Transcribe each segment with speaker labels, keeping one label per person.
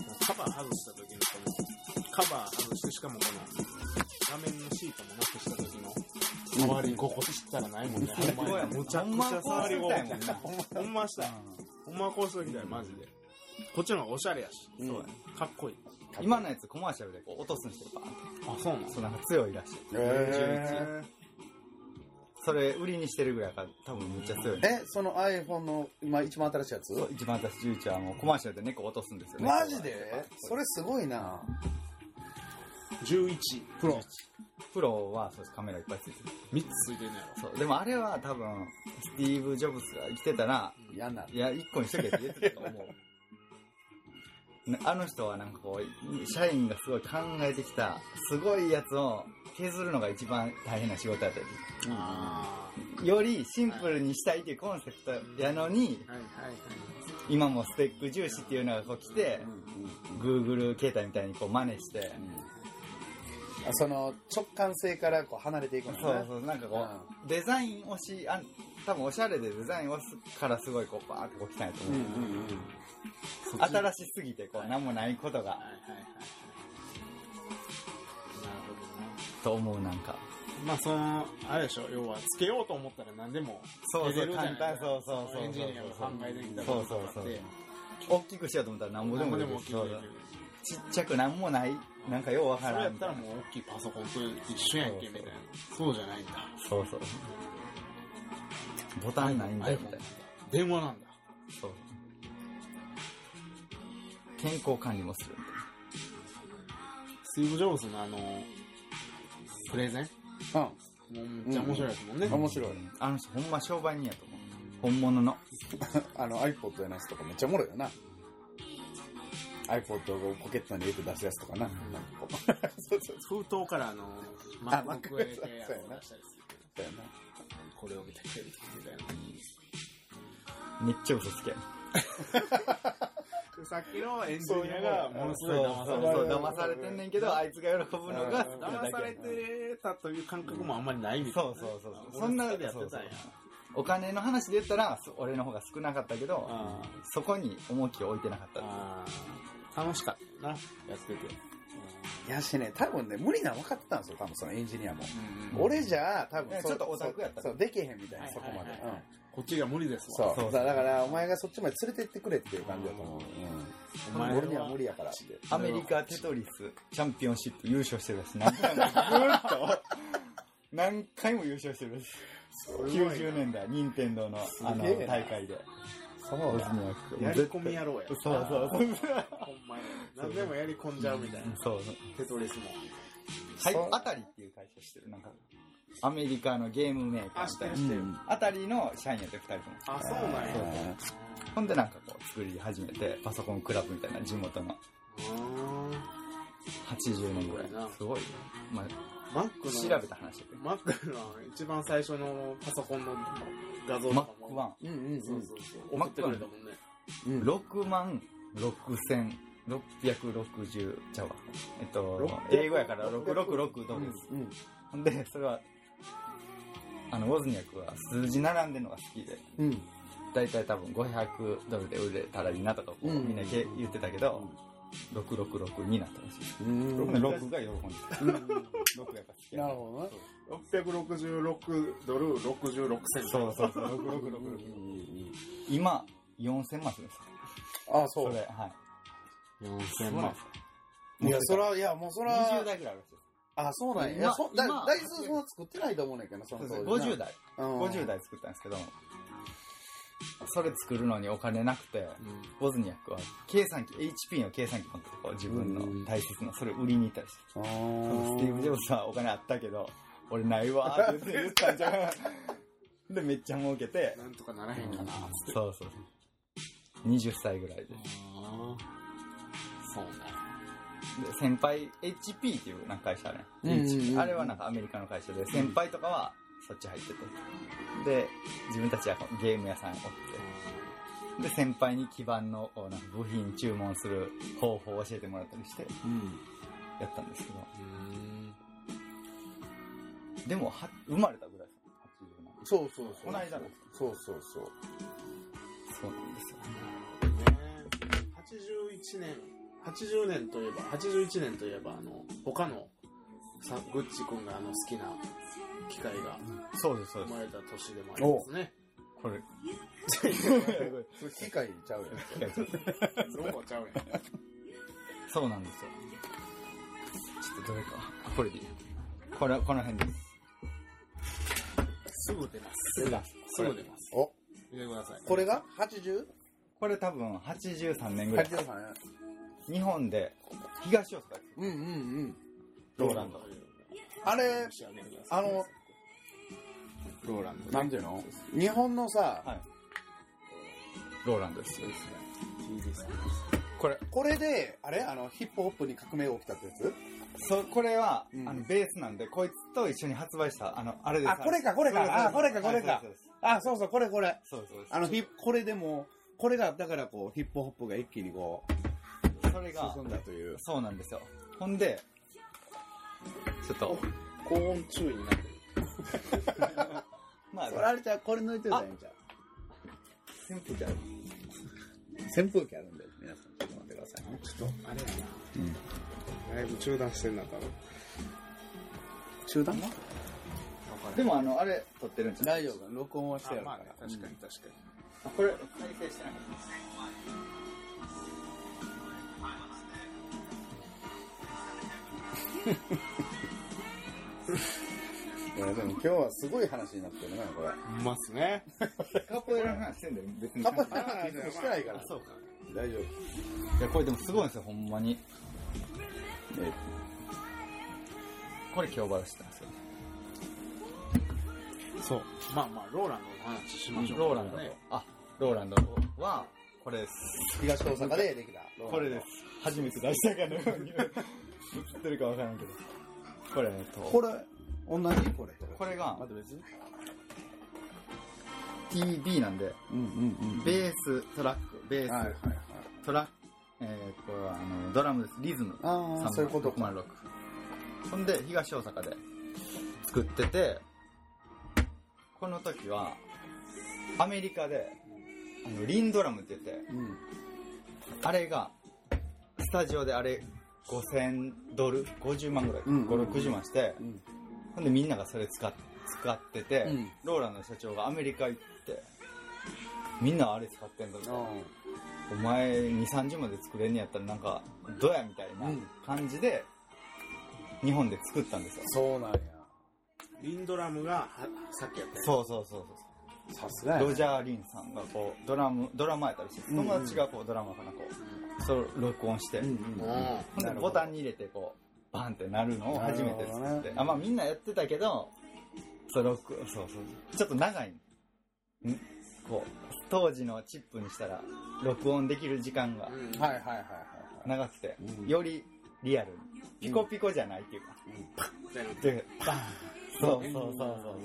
Speaker 1: 外した時のこのカバー外してしかもこの画面のシートもなくした時の触り心地ったらないもんね、ほんまやむちゃくちゃ触り心地
Speaker 2: ほんま
Speaker 1: ほんましたいほんまはこうするみたいマジでこっちの方がおしゃれやし
Speaker 3: うん
Speaker 2: そうや
Speaker 1: かっこいい
Speaker 2: 今のやつコマーシャルでこう落とすんですよバーンっ
Speaker 1: あそうなん
Speaker 2: てそうなんか強いらしい
Speaker 3: え
Speaker 2: それ売りにしてるぐらいやから多分むっちゃ強い
Speaker 3: ー、えその iPhone の今一番新しいやつ
Speaker 2: そう一番私11はもうコマーシャルで猫落とすんですよね
Speaker 3: マジで
Speaker 2: そ
Speaker 3: そ
Speaker 2: れ
Speaker 3: れすごいな
Speaker 1: 11
Speaker 3: プロ
Speaker 2: プロはそうですカメラいっぱいついてる
Speaker 1: 3つついてんねやろ
Speaker 2: そうでもあれは多分スティーブ・ジョブズが生きてたら
Speaker 3: 嫌なる
Speaker 2: いや1個にしとけって言ってたと思うねあの人はなんかこう社員がすごい考えてきたすごいやつを削るのが一番大変な仕事やったり
Speaker 1: あ
Speaker 2: よりシンプルにしたいっていうコンセプトやのに
Speaker 1: あはいはいはい
Speaker 2: 今もスペック重視っていうのがこう来て
Speaker 3: うん
Speaker 2: Google 携帯みたいにこう真似して
Speaker 3: あその直感性からこう離れていくのね
Speaker 2: そうそうなんかこうデザイン推しあ多分おしゃれでデザイン推すからすごいこうバーってこう来たんやと
Speaker 3: うん
Speaker 2: 思う、
Speaker 3: うんうん
Speaker 2: 新しすぎてこう何もないことが
Speaker 1: はいはいはいはいなるほどな
Speaker 2: と思うなんか
Speaker 1: まあそのあれでしょ要はつけようと思ったら何でも
Speaker 2: そう
Speaker 1: 出
Speaker 2: そ
Speaker 1: れ
Speaker 2: う
Speaker 1: るじゃな
Speaker 2: 簡
Speaker 1: いですか
Speaker 2: 単そうそうそう
Speaker 1: エンジニアが考えてきたこと
Speaker 2: そう
Speaker 1: と
Speaker 2: そ
Speaker 1: かっ
Speaker 2: うそう
Speaker 1: て
Speaker 2: 大きくしようと思ったら何もでも
Speaker 1: 何
Speaker 2: で
Speaker 1: で
Speaker 2: も
Speaker 1: も
Speaker 2: で
Speaker 1: 起
Speaker 2: き
Speaker 1: き
Speaker 2: る
Speaker 1: る
Speaker 2: ちっちゃく何もないなんかようわ
Speaker 1: そ
Speaker 2: か
Speaker 1: れ
Speaker 2: ら
Speaker 1: や
Speaker 2: ん
Speaker 1: っ
Speaker 2: み
Speaker 1: た
Speaker 2: たい
Speaker 1: ら
Speaker 2: な
Speaker 1: もう大きいパソコンと一緒やんけみたいなそうじゃないんだ
Speaker 2: そうそうボタンないんだよみたい
Speaker 1: iPhone
Speaker 2: な
Speaker 1: 電話なんだ
Speaker 2: そう健康管理もするみたいな
Speaker 1: スティーブ・ジョブズのあのプレゼンもうめっちゃ面白いですもんね、
Speaker 3: うん面白い
Speaker 2: あの人ほんま商売人やと思う本物の
Speaker 3: あの iPod やなやつとかめっちゃおもろいよな iPod をポケットに入れて出すやつとかななんかこう そうそう
Speaker 1: 封筒からあの
Speaker 3: あ
Speaker 1: マック
Speaker 3: MacBook
Speaker 1: を入れてやつを
Speaker 3: そうやな
Speaker 1: 出したりする
Speaker 3: だよな
Speaker 1: これを見てくれるみたいな
Speaker 2: めっちゃ嘘つけ
Speaker 1: さっきのエンジ
Speaker 3: ジ
Speaker 1: ニ
Speaker 3: ニ
Speaker 1: ア
Speaker 3: ア
Speaker 1: が
Speaker 3: が
Speaker 1: も
Speaker 3: も
Speaker 1: の
Speaker 3: の
Speaker 1: す
Speaker 3: す
Speaker 1: ごい騙さ
Speaker 2: そ
Speaker 1: れ
Speaker 2: うそう
Speaker 1: て
Speaker 2: そう騙されてんねんけどあいつが喜ぶのが好きなだけ
Speaker 1: 騙されてたという感覚もあんまりないみたいな
Speaker 2: そうそうそうそう
Speaker 1: そ
Speaker 2: そ
Speaker 1: ん
Speaker 2: ん
Speaker 1: な
Speaker 2: な
Speaker 1: でやってたんや
Speaker 2: お金の話で言ったらそ俺の方が少なかったけど
Speaker 1: あ
Speaker 2: そこに重きを置いてなかっ
Speaker 1: ー
Speaker 2: た
Speaker 1: あー楽しかったなやってて
Speaker 3: いやしね多分ね無理なの分かってたんですよ多分そのエンジニアも
Speaker 1: 俺
Speaker 3: 俺じゃあ多
Speaker 2: いや
Speaker 3: 分そう
Speaker 2: ちょっとオタクやった
Speaker 3: そうそうできへんみたいな
Speaker 1: はい
Speaker 3: そこまで
Speaker 1: はいは
Speaker 3: う
Speaker 1: い
Speaker 3: ん
Speaker 1: こっちが無理ですわ
Speaker 3: そ
Speaker 2: そうう
Speaker 3: だだからお前がそっちまで連れてってくれっていう感じだと思う、
Speaker 1: お
Speaker 3: うん、
Speaker 1: 前
Speaker 3: 俺には無理やからって
Speaker 2: アメリカテトリスチャンピオンシップ優勝してたし何回もずーっと何回も優勝してるし90年代任天堂のあの
Speaker 3: すげえな
Speaker 2: 大会で
Speaker 3: そうだ
Speaker 2: ボスニア
Speaker 1: や
Speaker 2: ック
Speaker 1: り込みやろうや
Speaker 2: そうそうそう
Speaker 1: ほんまや何でもやり込んじゃうみたいな
Speaker 2: そう
Speaker 1: テトリスも
Speaker 2: はい
Speaker 3: そう
Speaker 2: あたりっていう会社してるなんかアメリカのゲームメーカーみたいな
Speaker 1: 知ってる
Speaker 3: うん
Speaker 2: あたりの社員やって2人とも
Speaker 1: あそうなんや
Speaker 3: え
Speaker 2: ほんでなんかこう作り始めてパソコンクラブみたいな地元の
Speaker 1: うん
Speaker 2: 80年ぐらい
Speaker 1: すごいな
Speaker 2: すごい、まあ、
Speaker 1: マックの
Speaker 2: 調べた話だけ
Speaker 1: マックの一番最初のパソコンの画像と
Speaker 2: どマ
Speaker 1: か
Speaker 2: ック
Speaker 1: も
Speaker 2: ワン
Speaker 3: うんうんうん
Speaker 1: そうそうそう送ってくれたもんね
Speaker 3: うん
Speaker 2: 6万6660ちゃうわえっと
Speaker 1: 600
Speaker 2: 英語やから666ドルです、
Speaker 3: うん
Speaker 2: ほんでそれはあのウォズニアクは数字並んでるのが好きで
Speaker 3: うん
Speaker 2: 大体多分500ドルで売れたらいいなとかこう
Speaker 3: うん
Speaker 2: みんなけ言ってたけど、666になったらしいです、
Speaker 3: うん
Speaker 2: 六
Speaker 3: なる
Speaker 2: 6が喜んで6やから好きやから
Speaker 3: ほどな
Speaker 1: 666ドル66セント
Speaker 2: そうそうそう6666今4000万するんですよ
Speaker 3: あ
Speaker 2: そ
Speaker 3: そう
Speaker 2: れはい
Speaker 1: 4000
Speaker 2: 万
Speaker 3: いやそらいやもうそら
Speaker 2: 20代ぐらいあるんですよ
Speaker 3: あそうなんやい
Speaker 2: 今
Speaker 3: やそだ
Speaker 2: 今
Speaker 3: 大豆そんな作ってないと思うねんけどなそ
Speaker 2: そう
Speaker 3: の
Speaker 2: そ
Speaker 3: 当
Speaker 2: う
Speaker 3: 時
Speaker 2: 50
Speaker 3: 代
Speaker 2: 代50代作ったんですけどそれ作るのにお金なくてボズニアックは計算機 HP の計算機持ってこう自分の大切なそれ売りに行ったりして
Speaker 3: ステ
Speaker 2: スティーブ・ジョブズはお金あったけど俺ないわーって言ったんじゃ んでめっちゃ儲けて
Speaker 1: なんとかならへんかな
Speaker 2: そうそう20歳ぐらいで
Speaker 1: そうね
Speaker 2: で先輩 HP っていうなんか会社あるね
Speaker 3: うんうんうんうん
Speaker 2: HP あれはなんかアメリカの会社で先輩とかはそっち入っててで自分たちはゲーム屋さんおってで先輩に基板のこうなんか部品注文する方法を教えてもらったりして
Speaker 1: うん
Speaker 2: やったんですけどでもは生まれたぐらいです
Speaker 3: そうそうそう
Speaker 2: こないだの
Speaker 3: そうそうそう
Speaker 2: そうなんです
Speaker 1: 81
Speaker 2: よ
Speaker 1: 年80年といえば、81年といえば、あの、他の、さグッチ君があの好きな機械が
Speaker 2: そうです、そう
Speaker 1: 生
Speaker 2: です。
Speaker 1: まれた年でもありますね。
Speaker 2: これ、
Speaker 3: それ機械ちゃうやん。
Speaker 1: ロボちゃうやん。
Speaker 2: そうなんですよ。ちょっとどれか。あこれでいい。これ、この辺で
Speaker 1: す
Speaker 2: す。
Speaker 1: ぐ出ます。
Speaker 2: それだ。
Speaker 1: すぐ出ます。
Speaker 3: お、
Speaker 1: 見てください。
Speaker 3: これが 80?
Speaker 2: これ多分83年ぐらい。
Speaker 3: 83や。
Speaker 2: 日本で、東大阪です。
Speaker 3: うんうんうん。
Speaker 2: ローランド。
Speaker 3: あれ、あの、
Speaker 1: ローランド。
Speaker 3: なんていうの日本のさ、
Speaker 2: はい。ローランドです。これ、
Speaker 3: これで、あれあの、ヒップホップに革命が起きたってやつ
Speaker 2: そこれは、
Speaker 3: うん
Speaker 2: あのベースなんでこいつと一緒に発売したあのあれです
Speaker 3: あこれかこれかあこれかこれかあ、そうそう、これこれ。
Speaker 2: そうですそうです
Speaker 3: あの、ヒップこれでも、これが、だからこう、ヒップホップが一気にこう、
Speaker 2: それが
Speaker 3: 進んだという。
Speaker 2: そうなんですよほんでちょっと
Speaker 1: 高音注意になってる。
Speaker 2: ま
Speaker 3: これあ
Speaker 2: あ
Speaker 3: れじゃうこれ抜いてたらいいんじゃ
Speaker 2: 扇風機ある
Speaker 3: う扇風機あるんで、皆さんちょっと待ってくださいね。
Speaker 1: ちょっと、あれやな。だいぶ中断してんな、多分。
Speaker 3: 中断
Speaker 2: でもあのあれ撮ってるんじゃない
Speaker 3: 大丈夫、録音はしてや
Speaker 1: あ
Speaker 3: る
Speaker 1: ま
Speaker 3: か
Speaker 1: あね、
Speaker 3: ら。
Speaker 1: 確かに確かに。
Speaker 2: これ再生してない
Speaker 3: いやでも今日はすごい話になってるね、これ。
Speaker 1: うますね。
Speaker 2: カポエラの話してんだよ別に
Speaker 3: カポエラの話もしてないから。
Speaker 1: そうか。
Speaker 3: 大丈夫。
Speaker 2: いやこれでもすごいんですよほんまにこれ今日話してますよ
Speaker 1: そう。まあまあ、ローランドの話しましょう。
Speaker 2: ローランド
Speaker 1: ね。
Speaker 2: あローランドはこれです
Speaker 3: 東大阪でできた。
Speaker 2: これです。初めて出したかのように映ってるかわからんけど。これ、えっと、
Speaker 3: これ、同じこれ。
Speaker 2: これが
Speaker 3: また別に
Speaker 2: TB なんで、
Speaker 3: うんうんうん。
Speaker 2: ベース、トラック、ベース、
Speaker 3: はいはいはい。
Speaker 2: トラック、えー、これはあのドラムです、リズム。
Speaker 3: ああ、そういうことか。
Speaker 2: 306。ほんで、東大阪で作ってて、この時は、アメリカで、あの、リンドラムって言って、
Speaker 3: うん。
Speaker 2: あれが、スタジオであれ、5000ドル ?50 万ぐらい、
Speaker 3: うん
Speaker 2: 5、60万して、
Speaker 3: うん。
Speaker 2: ほんでみんながそれ使っ使ってて、
Speaker 3: うん
Speaker 2: ローランの社長がアメリカ行って、みんなあれ使ってんだみたいなお前2、3時まで作れんねやったらなんか、どやみたいな
Speaker 3: うん
Speaker 2: 感じで、日本で作ったんですよ。
Speaker 3: そうなんや。
Speaker 1: リンドラムが、はさっきやったやつ
Speaker 2: そうそうそうそ
Speaker 3: さすが
Speaker 2: う。ロジ
Speaker 3: ャ
Speaker 2: ャー・リンさんがこう、ドラム、ドラマやったりして、
Speaker 3: うんうん
Speaker 2: 友達がこう、ドラマかな、こう、それを録音して、
Speaker 3: うん
Speaker 1: う
Speaker 3: うんん。
Speaker 2: ほんでボタンに入れてこうバンってなるのを初めて
Speaker 3: なる
Speaker 2: 作っ
Speaker 3: ほ
Speaker 2: て、
Speaker 3: どね
Speaker 2: あまあみんなやってたけどそうロックそうそうちょっと長いんこう当時のチップにしたら録音できる時間が
Speaker 1: うん
Speaker 3: はいはいはいはいはい。
Speaker 2: 長くて、
Speaker 3: うん
Speaker 2: よりリアルにピコピコじゃないっていうか、
Speaker 1: みたいな
Speaker 2: でバンそうそうそうそう
Speaker 3: う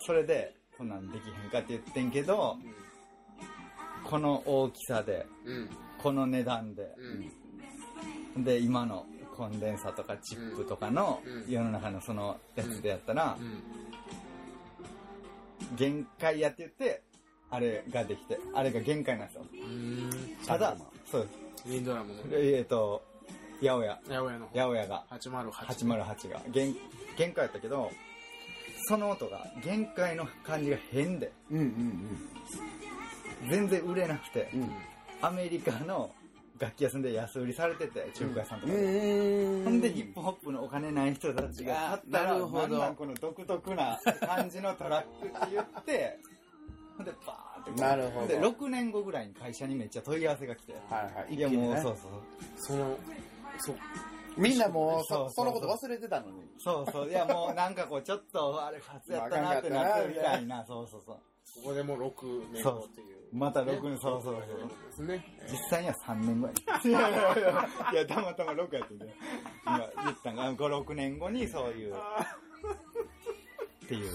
Speaker 2: それでこんなんできへんかって言ってんけどこの大きさで
Speaker 1: うん。
Speaker 2: この値段で、
Speaker 1: うん。
Speaker 2: で今のコンデンサとかチップとかの
Speaker 1: うん
Speaker 2: 世の中のそのやつでやったら限界やって言ってあれができてあれが限界なんですよ
Speaker 1: うん。
Speaker 2: ただ
Speaker 3: そう
Speaker 2: そう
Speaker 1: リンドラムの
Speaker 2: ですえっ、と八百屋
Speaker 1: 八百屋の
Speaker 2: 八百屋が
Speaker 1: 808。
Speaker 2: 808が限限界やったけどその音が限界の感じが変で
Speaker 3: うんうん
Speaker 2: 全然売れなくて
Speaker 3: うん。うん。
Speaker 2: アメリカの楽器屋さんで安売りされてて中華屋さんとかで、
Speaker 3: うん。
Speaker 2: ほんでヒップホップのお金ない人たちが買った
Speaker 3: な
Speaker 2: ら、
Speaker 3: るほ
Speaker 2: な
Speaker 3: ど
Speaker 2: んなんこの独特な感じのトラックって言って、ほんでバーってこう
Speaker 3: なるほど
Speaker 2: で、6年後ぐらいに会社にめっちゃ問い合わせが来て。
Speaker 3: はいはい。
Speaker 2: いやもう、
Speaker 3: ね
Speaker 2: そう
Speaker 1: その、そう。
Speaker 3: みんな
Speaker 2: そうそ
Speaker 3: もう
Speaker 2: う
Speaker 3: そ
Speaker 2: そう
Speaker 3: そのこと忘れてたのに。
Speaker 2: そう。そうそう。いやもうなんかこうちょっと、あれ、ファツやったなってなって みたいな。そうそうそう。
Speaker 1: ここでもう6年後っていう。
Speaker 2: また6
Speaker 1: ね
Speaker 2: 年、そうそうそう。
Speaker 1: ですね。
Speaker 2: 実際には3年ぐらい。いやいやいや、いやたまたま6やってね。今言ったんが、5、6年後にそういう、っていう。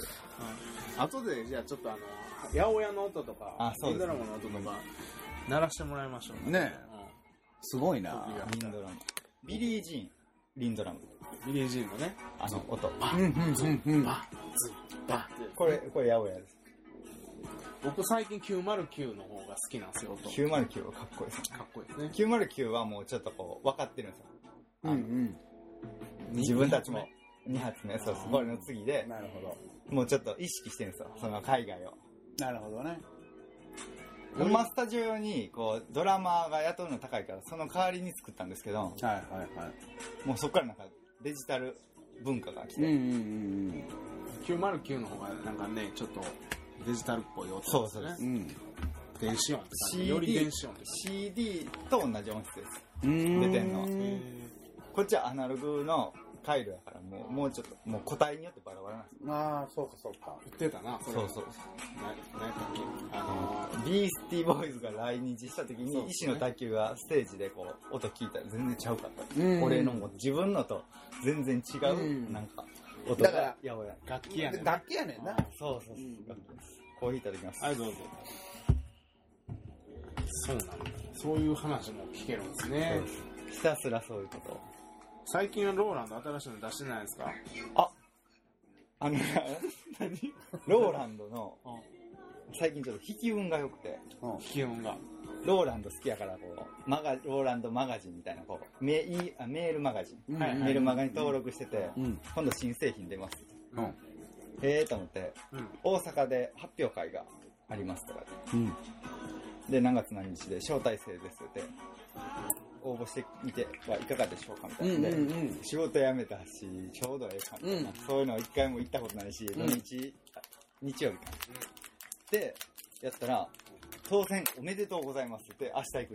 Speaker 1: あとで、じゃあちょっとあの、八百屋の音とか
Speaker 2: あ、そ
Speaker 1: リ
Speaker 2: う
Speaker 1: ン
Speaker 2: で
Speaker 1: ド
Speaker 2: す
Speaker 1: ラムの音とか、鳴らしてもらいましょう。
Speaker 3: ねすごい
Speaker 1: うん。時が
Speaker 2: リンドラム。ビリー・ジーン、リンドラム。
Speaker 1: ビリー・ジーンのね、
Speaker 2: あの音。
Speaker 3: うんうんうんうん。
Speaker 1: バッ、ズッ、バッって。
Speaker 2: これ、これ、八百屋です。
Speaker 1: 僕最近909の方が好きなんですよ、音
Speaker 2: 909はかっこいいです
Speaker 1: かっこいいですね。
Speaker 2: 909はもうちょっとこう分かってるんですよ
Speaker 3: うんうん。
Speaker 2: 自分たちも2発目そうです
Speaker 1: うん
Speaker 2: これの次で
Speaker 3: なるほど。
Speaker 2: もうちょっと意識してるんですよその海外を
Speaker 3: なるほどね。
Speaker 2: ホンマスタジオにこうドラマーが雇うの高いからその代わりに作ったんですけど
Speaker 3: はいはいはい。
Speaker 2: もうそこからなんかデジタル文化が来て、
Speaker 3: うんうん
Speaker 1: 909の方がなんかね、ちょっとデジタルっぽい音、
Speaker 2: そうそうです
Speaker 3: うんうん。うん。
Speaker 1: 電子音って感じ。
Speaker 2: CD
Speaker 1: より電子音って
Speaker 2: CD と同じ音質です
Speaker 3: うーん
Speaker 2: 出てんの
Speaker 1: 感じ。
Speaker 2: こっちはアナログの回路やからもうもうちょっともう個体によってバラバラなんですよ
Speaker 3: まあ、そうかそうか。
Speaker 1: 言ってたな、これ。
Speaker 2: そうそう
Speaker 1: な。何やったっけあのー、
Speaker 2: ビースティーボーイズが来日した時
Speaker 1: そう
Speaker 2: に
Speaker 1: で
Speaker 2: 医
Speaker 1: す
Speaker 2: 師
Speaker 1: ね
Speaker 2: の卓球がステージでこう音聞いたら全然ちゃうかった、
Speaker 3: うん
Speaker 2: 俺のも自分のと全然違う、
Speaker 3: うん
Speaker 2: なんか音
Speaker 3: だから
Speaker 2: がやおや
Speaker 1: 楽器やねん
Speaker 3: だけやねんな。
Speaker 2: そうそうそう、
Speaker 3: うん
Speaker 2: コーヒーいただきます、
Speaker 1: はい、どうぞ。そうなんだ。そういう話も聞けるんですね。
Speaker 2: ひたすらそういうこと
Speaker 1: 最近はローランド新しいの出してないですか
Speaker 2: あの 何ローランドの
Speaker 1: うん。
Speaker 2: 最近ちょっと引き運が良くて
Speaker 3: うん。
Speaker 1: 気温が。
Speaker 2: ローランド好きやからこうマガローランドマガジンみたいなこうメイあメールマガジン、
Speaker 3: うん
Speaker 2: メールマガに登録してて、
Speaker 3: うん。
Speaker 2: 今度新製品出ます
Speaker 1: うん。
Speaker 2: へえと思って
Speaker 1: うん。
Speaker 2: 大阪で発表会がありますとか
Speaker 3: うん。
Speaker 2: で何月何日で招待制ですって応募してみてはいかがでしょうかみた
Speaker 3: う
Speaker 2: い
Speaker 3: ん
Speaker 2: な
Speaker 3: うん
Speaker 2: で、
Speaker 3: ん
Speaker 2: 仕事辞めたしちょうどええかみたいな、
Speaker 3: うん
Speaker 2: そういうの一回も行ったことないし土
Speaker 3: ん
Speaker 2: 日、日曜日かでやったら当選おめでとうございますって明日行く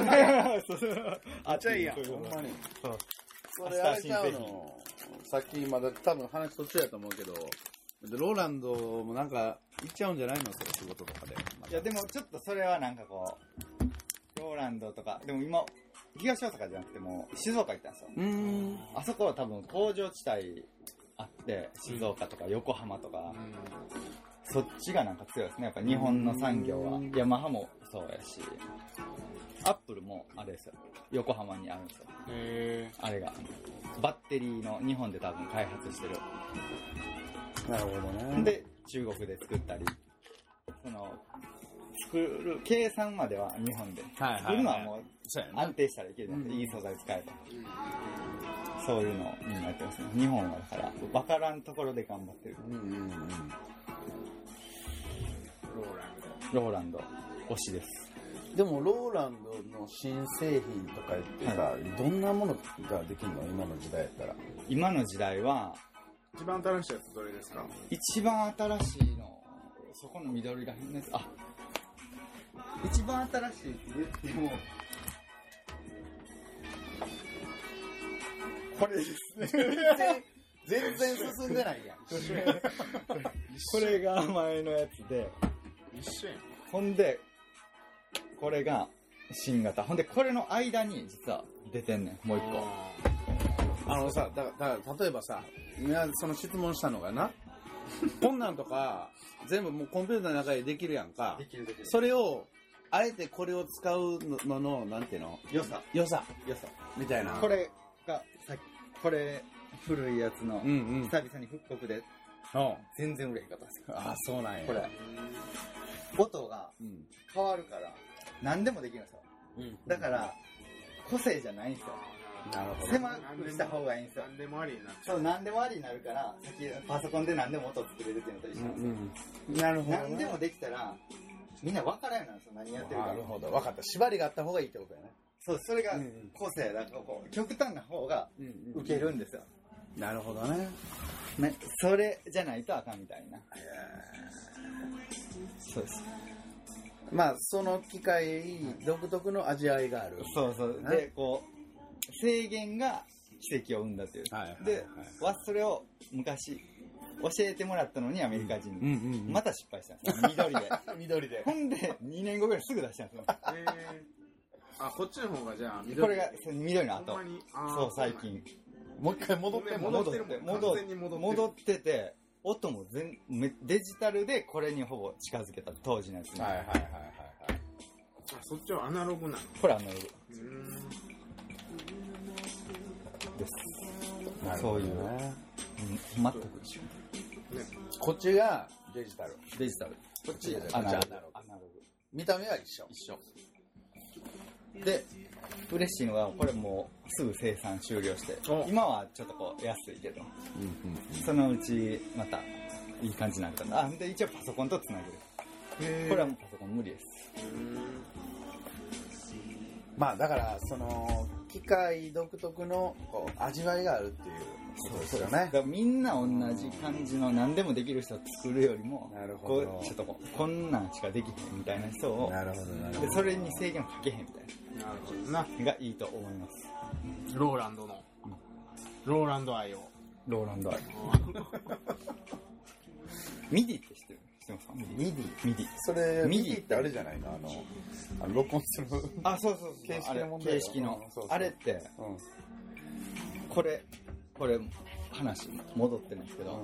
Speaker 2: ね そうそうあっ
Speaker 3: ちゃいいやん
Speaker 2: そういうこと
Speaker 3: ほんまに
Speaker 2: そう
Speaker 3: それあれちゃうのさっきまだ多分話途中やと思うけどでローランドもなんか行っちゃうんじゃないのそれ仕事とかで
Speaker 2: いやでもちょっとそれはなんかこうローランドとかでも今東大阪じゃなくてもう静岡行ったんですよ
Speaker 3: うーん
Speaker 2: あそこは多分工場地帯あって静岡とか横浜とか、そっちがなんか強いですねやっぱ日本の産業は、ヤマハもそうやしアップルもあれですよ横浜にあるんですよ
Speaker 1: え
Speaker 2: あれがバッテリーの日本で多分開発してる
Speaker 3: なるほどね
Speaker 2: で中国で作ったりその作る計算までは日本で
Speaker 3: はいはいはい
Speaker 2: 作るのはもう
Speaker 3: そうや
Speaker 2: 安定したらいけるじゃなくて、
Speaker 3: うん
Speaker 2: いい素材使えばそういうのをみんなやってますね日本はだから分からんところで頑張ってる
Speaker 3: うんうんうん
Speaker 1: ローランド。
Speaker 2: ローランド推しです
Speaker 3: でもローランドの新製品とか言ってさ、どんなものができるの今の時代やったら
Speaker 2: 今の時代は
Speaker 1: 一番新しいやつどれですか
Speaker 2: 一番新しいのそこの緑が変なやつあ一番新しいって言ってもこれです
Speaker 3: 全然進んでないやん
Speaker 2: これが前のやつで
Speaker 1: 一緒やん。
Speaker 2: ほんでこれが新型ほんでこれの間に実は出てんねんもう一個
Speaker 3: あのさだだから例えばさみんなその質問したの がなこんなんとか全部もうコンピューターの中でできるやんか
Speaker 2: きるでき
Speaker 3: それを、あえてこれを使うのの、なんていうの
Speaker 2: 良さ
Speaker 3: 良さ、
Speaker 2: 良さ
Speaker 3: みたいな。
Speaker 2: こ。れがさっきこれ古いやつの
Speaker 3: うんうん。うん
Speaker 2: 久々に復刻で全然売れへんかったんですよ
Speaker 3: あ、そうなんや。
Speaker 2: これ。音が
Speaker 3: うん。
Speaker 2: 変わるから何でもできるんですよ
Speaker 3: うん。
Speaker 2: だから個性じゃないんですよ
Speaker 3: なるほど。
Speaker 2: 狭くした方がいいんですよ
Speaker 1: 何でもありになっちゃ
Speaker 2: そう何でもありになるからさっきパソコンで何でも音作れるっていうのと一緒なんですよ
Speaker 3: うん。なる
Speaker 2: 何でもできたらみんな分からんようになるんですよ何やってるか
Speaker 3: なるほど。わかった。縛りがあった方がいいってことやね。
Speaker 2: そうそれが
Speaker 3: うんうん
Speaker 2: 個性だからこう極端な方が
Speaker 3: うん
Speaker 2: ウケるんですよ、
Speaker 3: なるほどね。
Speaker 2: ね、それじゃないとあかんみたいなそうです
Speaker 3: まあ、その機械独特の味わいがある。
Speaker 2: そうそう
Speaker 3: ね
Speaker 2: でこう制限が奇跡を生んだという、
Speaker 3: はいはいはい
Speaker 2: でわそれを昔教えてもらったのにアメリカ人に、
Speaker 3: んう
Speaker 2: また失敗したんですよ緑で
Speaker 3: 緑で。
Speaker 2: ほんで2年後ぐらいすぐ出したんですよ
Speaker 1: う。えー、あ、こっちの方がじゃあ、緑
Speaker 2: これがその緑の
Speaker 1: ほん
Speaker 2: 後
Speaker 1: まにあー
Speaker 2: そう最近
Speaker 3: もう一回戻
Speaker 1: ってんの戻
Speaker 2: 戻っ
Speaker 1: ってて
Speaker 2: る
Speaker 1: るもん
Speaker 2: もん戻
Speaker 1: 完
Speaker 2: っ
Speaker 1: 全に戻ってる
Speaker 2: 戻ってて音も全めデジタルでこれにほぼ近づけた当時のやつに、
Speaker 3: はいはいはいはいはい。
Speaker 1: あ、そっちはアナログなの。
Speaker 2: これあ
Speaker 1: う
Speaker 2: の
Speaker 1: ーん。
Speaker 2: です、
Speaker 3: なるほどね
Speaker 2: うん、全く一緒
Speaker 1: ね、
Speaker 3: こっちがデジタル。
Speaker 2: デジタル
Speaker 3: こっちやね
Speaker 2: アナログ
Speaker 3: こっちアナログ
Speaker 2: アナログ
Speaker 3: 見た目は一緒。
Speaker 2: 一緒で嬉しいのがこれもうすぐ生産終了して
Speaker 1: お
Speaker 2: 今はちょっとこう安いけど
Speaker 3: うんうん
Speaker 2: そのうちまたいい感じになるかなあで一応パソコンとつなげるこれはもうパソコン無理です
Speaker 3: まあだから、その、機械独特のこう味わいがあるっていうことですよ
Speaker 2: だ
Speaker 3: ね
Speaker 2: か。らみんな同じ感じの何でもできる人を作るよりも
Speaker 3: なるほど
Speaker 2: こうちょっとこうこんなんしかできへんみたいな人を
Speaker 3: なるほど、なるほ
Speaker 2: で
Speaker 3: ど。
Speaker 2: それに制限をかけへんみた
Speaker 1: な
Speaker 2: い
Speaker 1: るほどな。
Speaker 2: なのがいいと思います
Speaker 1: ローランドの。ローランド愛を。
Speaker 2: ローランドアイミディって知ってる知ってますかミディ
Speaker 3: ミディ。
Speaker 2: ミディ
Speaker 3: それ、
Speaker 2: ミ
Speaker 3: ミ
Speaker 2: ディ
Speaker 3: ディってあれじゃないのあの、あの録音する。
Speaker 2: あそうそうそう
Speaker 3: 形式の
Speaker 2: あれ
Speaker 3: 問題
Speaker 2: 形
Speaker 3: よ
Speaker 2: 式の
Speaker 3: うんそうそう
Speaker 2: あれって
Speaker 3: うん。
Speaker 2: これこれ話戻ってるんですけど、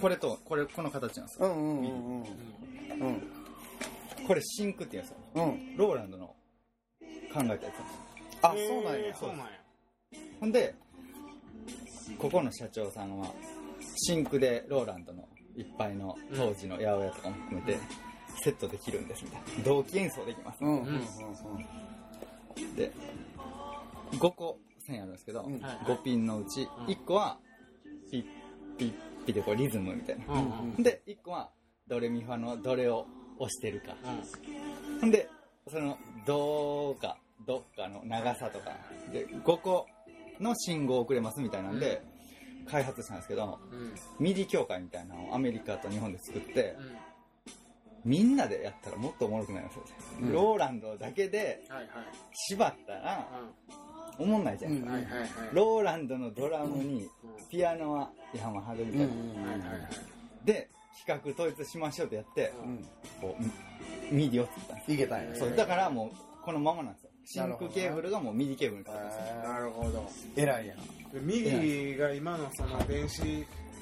Speaker 2: これとこれこの形なんです
Speaker 3: う
Speaker 2: よ、
Speaker 3: んうんうんうん。うん。
Speaker 2: これシンクって言うんですよ
Speaker 3: うん。
Speaker 2: ローランドの考えたやつなんですよ
Speaker 3: あ、そうなんや。
Speaker 1: そうなんや。
Speaker 2: ほんでここの社長さんはシンクでローランドのいっぱいの当時の八百屋とかも含めてセットできるんですみたいな同期演奏できます
Speaker 3: うんうんうんうん。
Speaker 2: で5個線あるんですけど、
Speaker 3: うん
Speaker 1: はい
Speaker 2: 5ピンのうち
Speaker 1: うん
Speaker 2: 1個はピッピッピでこうリズムみたいな
Speaker 1: うんうん
Speaker 3: うん
Speaker 2: で1個はドレミファのどれを押してるか
Speaker 1: うん
Speaker 2: ほんでそのどうかどっかの長さとかで5個の信号をくれますみたいなんで開発したんですけど
Speaker 1: うん
Speaker 2: ミディ協会みたいなのをアメリカと日本で作って
Speaker 1: うん
Speaker 2: みんなでやったらもっとおもろくなりますよ、
Speaker 3: うん
Speaker 2: ローランドだけで
Speaker 1: はいはい
Speaker 2: 縛ったらおもんないじゃないで
Speaker 1: うん
Speaker 2: すか、
Speaker 1: はいはいはい
Speaker 2: ローランドのドラムに
Speaker 1: うん
Speaker 2: ピアノは山張るみ
Speaker 3: うん
Speaker 2: たい
Speaker 3: う
Speaker 2: な、
Speaker 3: ん
Speaker 1: はいはいは
Speaker 2: で企画統一しましょうってやって
Speaker 1: い
Speaker 3: うん。
Speaker 2: こうミミディを作ったんです
Speaker 3: いけたんや。
Speaker 2: そうだからもうこのままなんですよシ
Speaker 3: なる
Speaker 2: ン
Speaker 3: ほど
Speaker 2: ク
Speaker 3: ね
Speaker 2: ケーブルがもうミディケーブルに変わったんですよ
Speaker 1: うん
Speaker 3: え
Speaker 1: なるほど
Speaker 3: ー偉いやん。
Speaker 1: でミディが今のその電子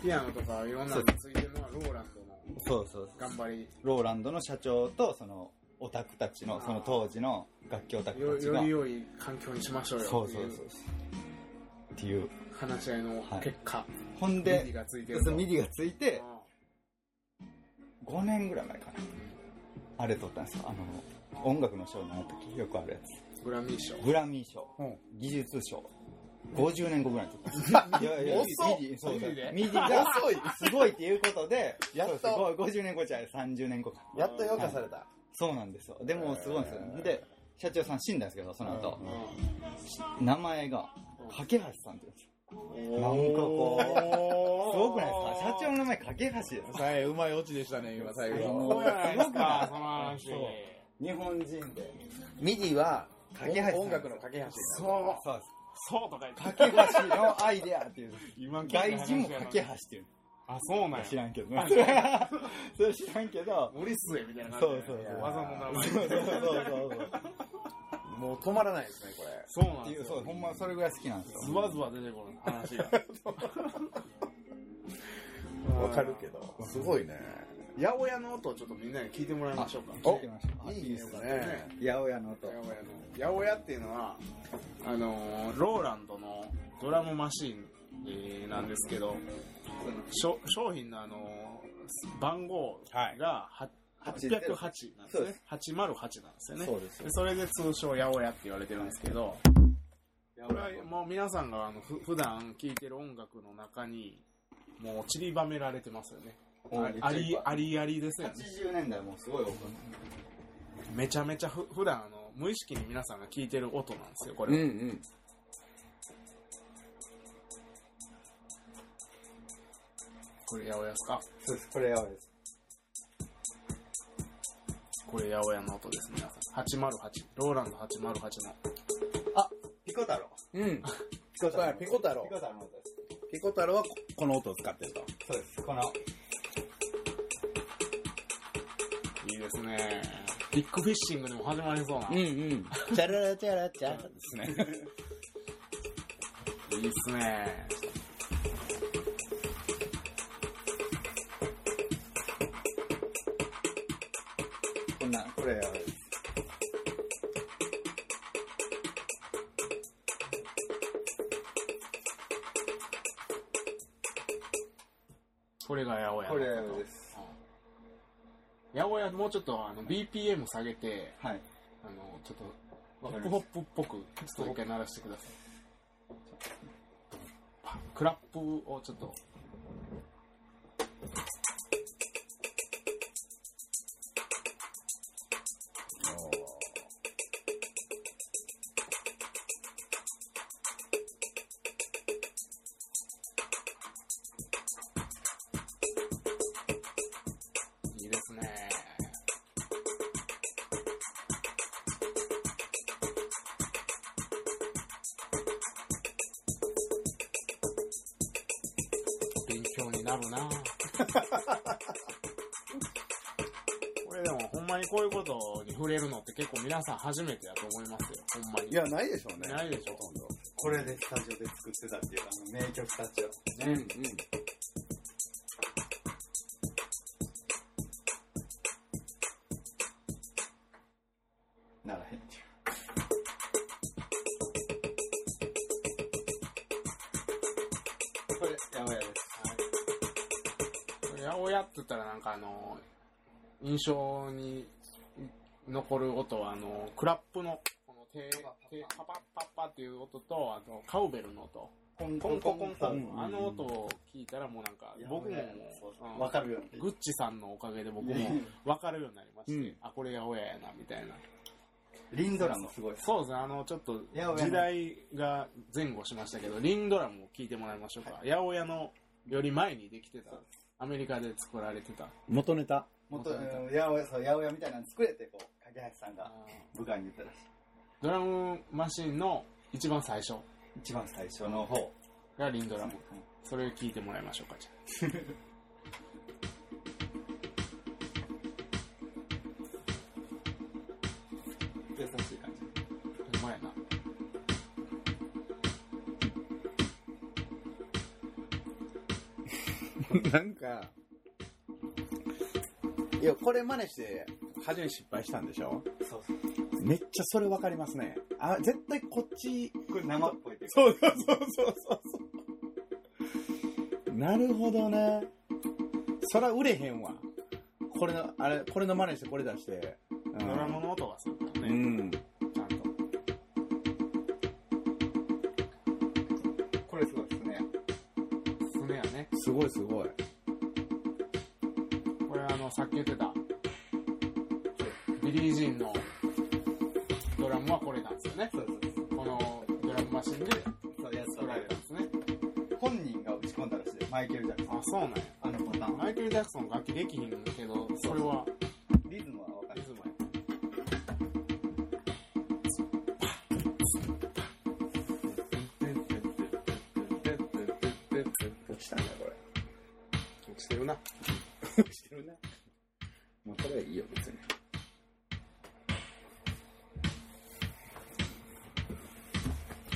Speaker 1: ピアノとかいろんなのについてるのはローランドの
Speaker 2: そうそうそ
Speaker 1: 頑
Speaker 2: う
Speaker 1: 張り
Speaker 2: ローランドの社長とそのオタクたちのその当時の楽器オタク
Speaker 1: よ
Speaker 2: たち
Speaker 1: よ
Speaker 2: が
Speaker 1: り良い環境にしましょうよ
Speaker 2: そう
Speaker 1: って
Speaker 2: そう
Speaker 1: い
Speaker 2: そう
Speaker 1: う
Speaker 2: そうっていう
Speaker 1: 話し合いの結果
Speaker 2: ほん
Speaker 1: ミディ
Speaker 2: で
Speaker 1: がついてる
Speaker 2: そ
Speaker 1: と
Speaker 2: のミディがついて
Speaker 1: あ
Speaker 2: 5年ぐらい前かなあれ撮ったんですよあの音楽の賞の時よくあるやつ
Speaker 1: あグラミー賞
Speaker 2: グラミー賞、
Speaker 3: うん
Speaker 2: 技術賞、50年後ぐらいに撮った。いやい
Speaker 3: 遅っ
Speaker 2: ミディそうそ
Speaker 1: ミデ
Speaker 2: う
Speaker 1: ィで
Speaker 2: ミディが
Speaker 3: 遅い
Speaker 2: すごいっていうことで、
Speaker 3: やっと
Speaker 2: そうです50年後じゃない30年後か。
Speaker 3: やっと評価された。
Speaker 2: そうなんですよ。でも、すごいんですよ
Speaker 3: へ。ー
Speaker 2: で、社長さん死んだんですけど、その後
Speaker 3: う、
Speaker 2: 名前が、架橋さんって言うんですよ。なんかこうすごくないですか社長の名前、架橋ですよ。
Speaker 3: はい、うまいオチでしたね、今、最
Speaker 2: 最
Speaker 3: 後
Speaker 2: 後。
Speaker 1: そうじゃないですかその話
Speaker 2: そう日本人で。
Speaker 3: ミディは、
Speaker 2: 架け橋さん
Speaker 3: 音楽の架け橋になる
Speaker 1: そう
Speaker 2: そうで
Speaker 1: そうとか言
Speaker 2: す。架け橋のアイデアっていう。
Speaker 1: 今
Speaker 2: 外人も架け橋
Speaker 1: は
Speaker 2: っていう。
Speaker 1: あそうなんや
Speaker 2: 知らんけどね。それはそれ知らんけど。
Speaker 1: 森末みたいな
Speaker 2: そうそうそう
Speaker 1: 技の名
Speaker 2: そう
Speaker 1: 前
Speaker 2: そうそうそう。
Speaker 3: もう止まらないですね、これ。
Speaker 1: そうなん
Speaker 2: ってい
Speaker 1: で
Speaker 2: う、
Speaker 1: す
Speaker 2: そ
Speaker 1: よ
Speaker 2: う、ほんまそれぐらい好きなんです
Speaker 1: ズ
Speaker 2: よ。
Speaker 1: ワズワ出てこる 話が
Speaker 3: わかるけど。すごいね。
Speaker 1: 八百屋の音をちょっとみんなに聞いてもらいましょうか
Speaker 2: 聞いてみましょう。
Speaker 3: いいですね
Speaker 1: ね。
Speaker 2: 八百屋の音
Speaker 1: 八。百屋の八百屋っていうのはあのーローランドのドラムマシーン、えーなんですけど商商品のあのー番号がは808なんです
Speaker 2: そうで
Speaker 1: ね808なんですよね
Speaker 2: そうです
Speaker 1: で。それで通称八百屋って言われてるんですけどこれはもう皆さんがあのふ普段聴いてる音楽の中にもう散りばめられてますよね
Speaker 2: うん
Speaker 1: あありありありですよね
Speaker 2: 80年代もすごい多く
Speaker 1: めちゃめちゃふ普段あの無意識に皆さんが聴いてる音なんですよこ
Speaker 3: うん
Speaker 1: れ
Speaker 3: う
Speaker 1: は、
Speaker 3: ん。
Speaker 1: これ八百屋ですか
Speaker 2: そうです。これ八百屋です。
Speaker 1: これ八百屋の音です皆さん808ローランド808の
Speaker 2: ピコ太郎。
Speaker 3: うん。
Speaker 2: ピコ
Speaker 3: そうやピコ太郎
Speaker 2: ピコ太郎の音です。
Speaker 3: ピコ太郎はここの音を使ってると。
Speaker 2: そうです。この、
Speaker 1: いいですねビッグフィッシングでも始まりそうな、い
Speaker 3: ん。チャララチャラチャラですね。
Speaker 1: いっすね
Speaker 2: こんな、これ八百屋です。
Speaker 1: これが八百屋
Speaker 2: これ八百屋です。
Speaker 1: 八百屋もうちょっとあの BPM 下げて、
Speaker 2: はい。
Speaker 1: あの、ちょっと、
Speaker 2: わ
Speaker 1: ヒッ
Speaker 2: か
Speaker 1: プ
Speaker 2: りま
Speaker 1: ホ
Speaker 2: し
Speaker 1: ップっぽく、ちょっと一回鳴らしてください。クラップをちょっと。いいですね。勉強になるな これでもほんまにこういうことに触れるのって結構皆さん初めてだと思いますよ。ほんまに。
Speaker 3: いや、ないでしょうね。
Speaker 1: ないでしょ
Speaker 3: ほとんど。
Speaker 2: これでスタジオで作ってたっていう、あの、名曲たちを。
Speaker 3: うん、うん。
Speaker 2: ならへんっていう。これ、やばいやです。
Speaker 1: はい。八百屋って言ったらなんかあの、印象に残る音はあの、クラップの、この手、手、パパッパッパっていう音と、あとカウベルの音。
Speaker 2: コン
Speaker 1: コンコンコンコ
Speaker 3: う
Speaker 1: ン
Speaker 3: んうんうん
Speaker 1: あの音を聞いたらもうなんか、僕もうん
Speaker 2: わかるように。
Speaker 1: グッチさんのおかげで僕も分かるようになりまして、
Speaker 3: うん
Speaker 1: あ、これ八百屋やな、みたいな。
Speaker 2: リンドラもすごいです。
Speaker 1: そうですね、あの、ちょっと
Speaker 2: 八百屋の
Speaker 1: 時代が前後しましたけど、リンドラムを聞いてもらいましょうか。八百屋のより前にできてた、アメリカで作られてた。
Speaker 3: 元ネタ。
Speaker 2: もっと、うん八百屋、そう、八百屋みたいなの作れって、こう、影橋さんが部下に言ったらしい。
Speaker 1: ドラムマシンの一番最初
Speaker 2: 一番最初の方。
Speaker 1: がリンドラム。
Speaker 2: うん
Speaker 1: それ聞いてもらいましょうか、じゃあ
Speaker 2: 優しい感じ。
Speaker 1: ほんまやな。
Speaker 3: なんか、いや、これ真似して、初め失敗したんでしょ
Speaker 2: そうそう。
Speaker 3: めっちゃそれわかりますね。あ、絶対こっち。
Speaker 2: これ生っぽいというか
Speaker 3: そうそうそうそうそう。なるほどね。そら売れへんわ。これの、あれ、これの真似してこれ出して。うん
Speaker 1: ドラムの音がするか
Speaker 3: う
Speaker 1: らね、
Speaker 3: ん。
Speaker 1: ちゃんと。
Speaker 2: これすごいですね。
Speaker 1: スネアね。
Speaker 3: すごいすごい。
Speaker 1: これあの、さっき言ってた、ビリー・ジーンのドラムはこれなんですよね。
Speaker 2: そうそうそう。
Speaker 1: このドラムマシンで
Speaker 2: そうやつ
Speaker 1: 作られたんですね。
Speaker 2: 本人が打ち込んだらしいですマイケル・ジャクソン
Speaker 1: あ、そうなんや。
Speaker 2: あのパターン
Speaker 1: マイケル・ジャクソン楽器できひんけど、それは
Speaker 2: リズムは分か
Speaker 1: リ
Speaker 2: る
Speaker 1: ズムや。
Speaker 3: 落ちたね、これ。
Speaker 1: 落ちてるな。
Speaker 3: 落ちてるね。まあ、これはいいよ、別に。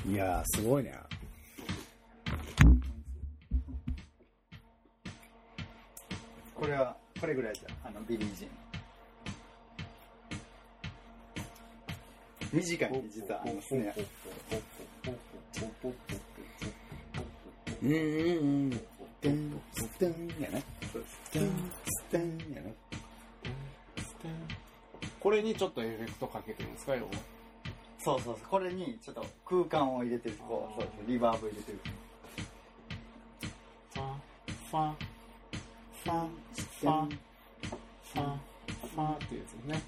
Speaker 3: いやー、すごいね。
Speaker 2: これはこれぐらいじゃんあのビリー・ジーン短いね実はあのスネア
Speaker 3: うんうんうん。てん、すてんやね。てん、すてんやね。
Speaker 1: これにちょっとエフェクトかけてるんですか、要は
Speaker 2: そうそうそうこれにちょっと空間を入れてるこうそうそうリバーブ入れてる
Speaker 1: ファン、ファン、
Speaker 2: ファン
Speaker 1: ファン、ファン、ファンっていうやつね。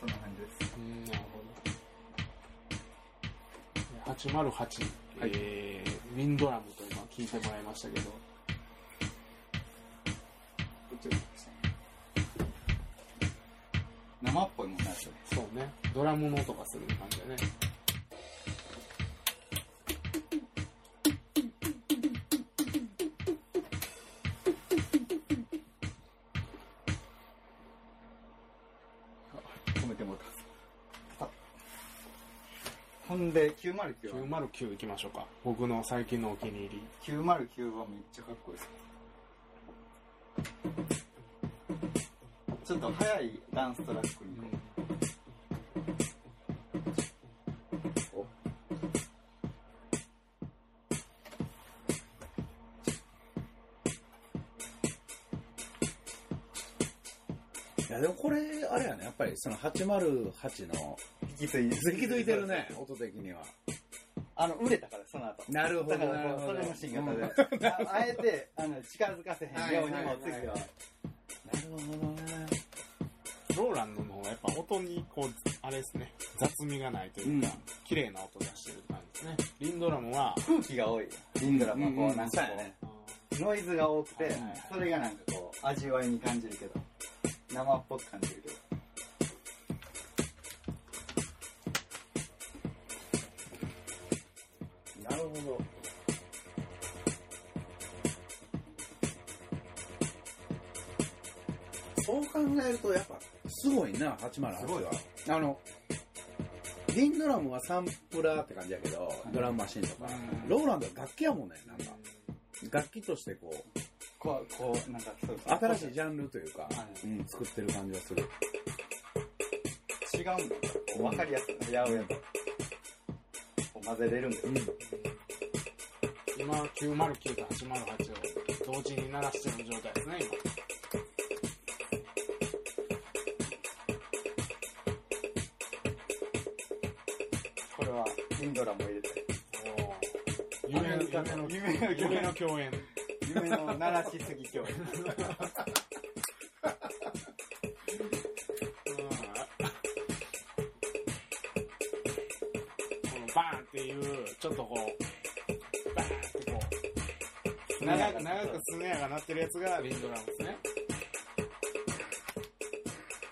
Speaker 2: そんな感じです
Speaker 1: うん、なるほど。808、えー、ウィンドラムと今聞いてもらいましたけど、
Speaker 2: 生っぽいもんなんですよ
Speaker 1: そうね、ドラムの音がする感じだね。
Speaker 2: 止めてもらったあほんで909は
Speaker 1: 909いきましょうか。僕の最近のお気に入り。
Speaker 2: 909はめっちゃかっこいいですちょっと速いダンストラックにこう
Speaker 3: や、でもこれ、あれやね、やっぱりその808の、
Speaker 2: 引き継いで
Speaker 3: 引き継いでるね、音的には。
Speaker 2: あの、売れたから、その後。
Speaker 3: なるほど
Speaker 2: だから
Speaker 3: なるほ
Speaker 2: そ
Speaker 3: ど
Speaker 2: れの進化で。ああえて、あの、近づかせへんように
Speaker 3: はいはい
Speaker 2: も
Speaker 3: はい
Speaker 2: 次は。
Speaker 3: なるほどね。
Speaker 1: ローランドの方がやっぱ音にこうあれですね雑味がないというか、綺麗な音出してる感じですねリンドラムは
Speaker 2: 空気が多い。リンドラマ
Speaker 3: うん
Speaker 2: こ
Speaker 3: う
Speaker 2: う、
Speaker 3: ん
Speaker 2: なんか
Speaker 3: そうやね
Speaker 2: こう、ノイズが多く
Speaker 1: はい
Speaker 2: て
Speaker 1: はいはい、
Speaker 2: それがなんかこう、味わいに感じるけど、生っぽく感じるけど。
Speaker 3: なるほど。そう考えると、やっぱ、すごいな、808は。
Speaker 1: すごいわ
Speaker 3: あの、リンドラムはサンプラーって感じやけど、ドラムマシンとか、
Speaker 1: うん
Speaker 3: ローランドは楽器やもんね、なんか。楽器としてこう、
Speaker 2: こう、こう、なんかそうそう
Speaker 3: 新しいジャンルというか、
Speaker 2: い
Speaker 3: うん、作ってる感じがする。
Speaker 2: 違うんだよ。こうわかりやすい。八百屋と。こう混ぜれるんだよ。
Speaker 1: 今909と808を同時に鳴らしてる状態ですね
Speaker 2: これは、インドラも入れて。
Speaker 1: 今夢の夢
Speaker 2: 夢
Speaker 1: の
Speaker 2: の
Speaker 1: 夢の共演
Speaker 2: 夢の鳴らしすぎ今日。
Speaker 1: うんこのバーンっていうちょっとこうバーンってこう長く長くスネアが鳴ってるやつがリンドラムですね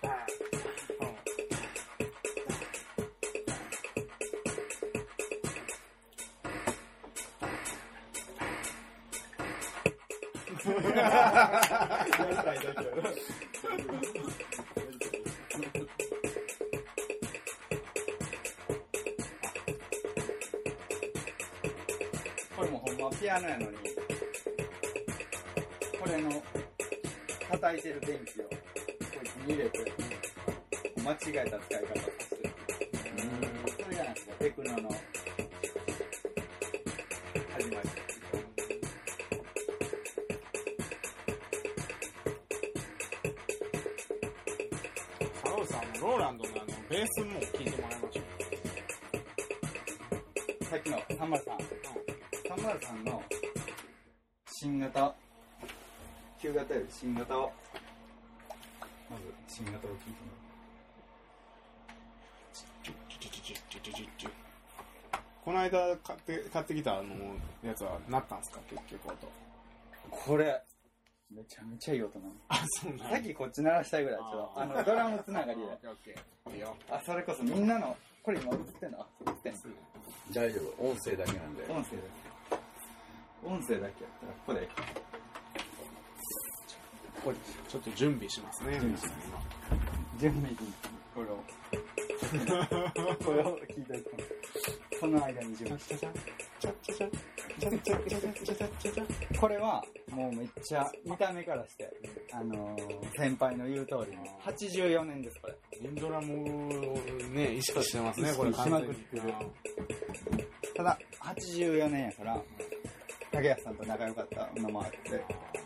Speaker 1: バーン
Speaker 2: これもほんまピアノやのに、これの叩いてる電気をこいつに入れて、間違えた使い方をする。それがなんかテクノの始まり。
Speaker 1: サロウさんのローランドのあのベースも聞いてもらいましょう
Speaker 2: さっきのサンマルさん。サンマルさんの新型、旧型より新型を、まず新型を聞いてみよう。
Speaker 1: この間買って買ってきたあのやつはなったんですか結局音
Speaker 2: これ、めちゃめちゃいい音なの。
Speaker 1: あそうな
Speaker 2: さっきこっち鳴らしたいぐらい、ちょっと、あの、ドラムつながりで。
Speaker 1: オッケーいいよ
Speaker 2: あ、それこそみんなの、これ今映ってんの映ってんの
Speaker 3: 大丈夫。音声だけなんで。
Speaker 2: 音声だけ。音声だけやったら、ここで。これ、
Speaker 1: ちょっと準備しますね
Speaker 2: 準備に、これを。これを聞いといて。その間に準備して。これは、もうめっちゃ、見た目からして、あのー、先輩の言う通りの、84年です、これ。
Speaker 1: インドラムをね意識してますねこれ
Speaker 2: 意識しまくっ
Speaker 1: 完
Speaker 2: て
Speaker 1: 全
Speaker 2: る
Speaker 1: に
Speaker 2: ただ、84年やから、竹谷さんと仲良かったのもあって、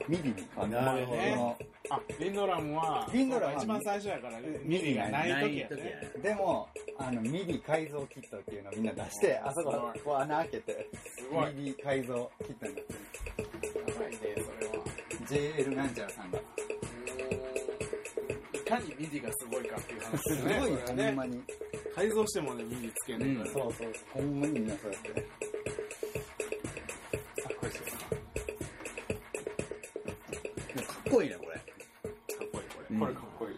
Speaker 2: ミディに変わ
Speaker 3: な
Speaker 2: って
Speaker 3: るほど
Speaker 2: この
Speaker 1: あリンドラムは
Speaker 2: リンドラムは
Speaker 1: 一番最初やから
Speaker 2: ん
Speaker 1: ミリがない時や
Speaker 3: ない時や
Speaker 1: ね
Speaker 3: ね
Speaker 2: でも、あの、ミディ改造キットっていうのをみんな出して、あそこ、こう穴開けて、
Speaker 1: すごい
Speaker 2: ミディ改造キットになって
Speaker 1: やばいねそれは
Speaker 2: る。JL なんちゃらさんが。
Speaker 1: いかにミディがすごいかっていう話ですすね。
Speaker 2: ごいよ
Speaker 1: これ、は
Speaker 2: ほん
Speaker 1: ね
Speaker 2: まに。
Speaker 1: 改造してもね、ミディつけないから。
Speaker 3: うん
Speaker 2: そうそう、ほんまにみんなそうやって。
Speaker 3: かっこいいね、これ。
Speaker 1: かっこいい、こ
Speaker 3: う
Speaker 1: れ。
Speaker 3: ん
Speaker 1: これかっこいい。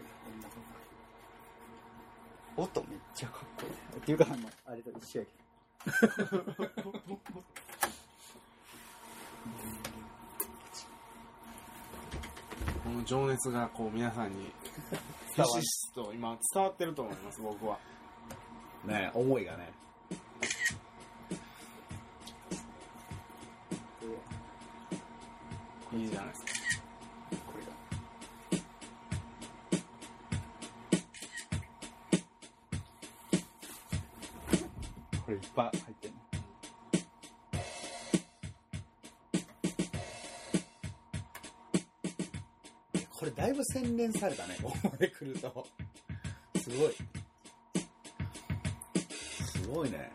Speaker 2: 音めっちゃかっこいい。っていうか、あの、あれと一緒やけ
Speaker 1: この情熱が、こう、皆さんに、 ひ
Speaker 2: 伝わる
Speaker 1: しひしと今、伝わってると思います、僕は。
Speaker 3: ね、思いがね。
Speaker 2: ど。
Speaker 1: いいじゃないですか。
Speaker 2: これが。これいっぱい入ってるね。
Speaker 3: これだだいぶ洗練されたね、ここまで来ると。すごい。すごいね。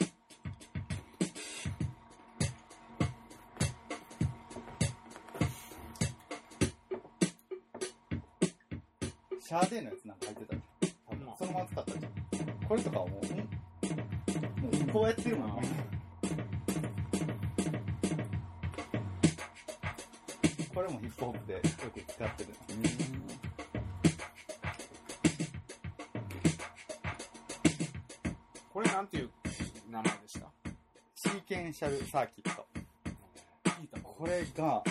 Speaker 2: シャーデーのやつなんか入ってたじゃん。そのまま使ったじゃん。これとかはもう、もうこうやってるもんな。これもヒップホップでよく使ってる。
Speaker 1: これなんていう名前でした
Speaker 2: シーケンシャルサーキット。
Speaker 1: 聞いたこ
Speaker 2: これが、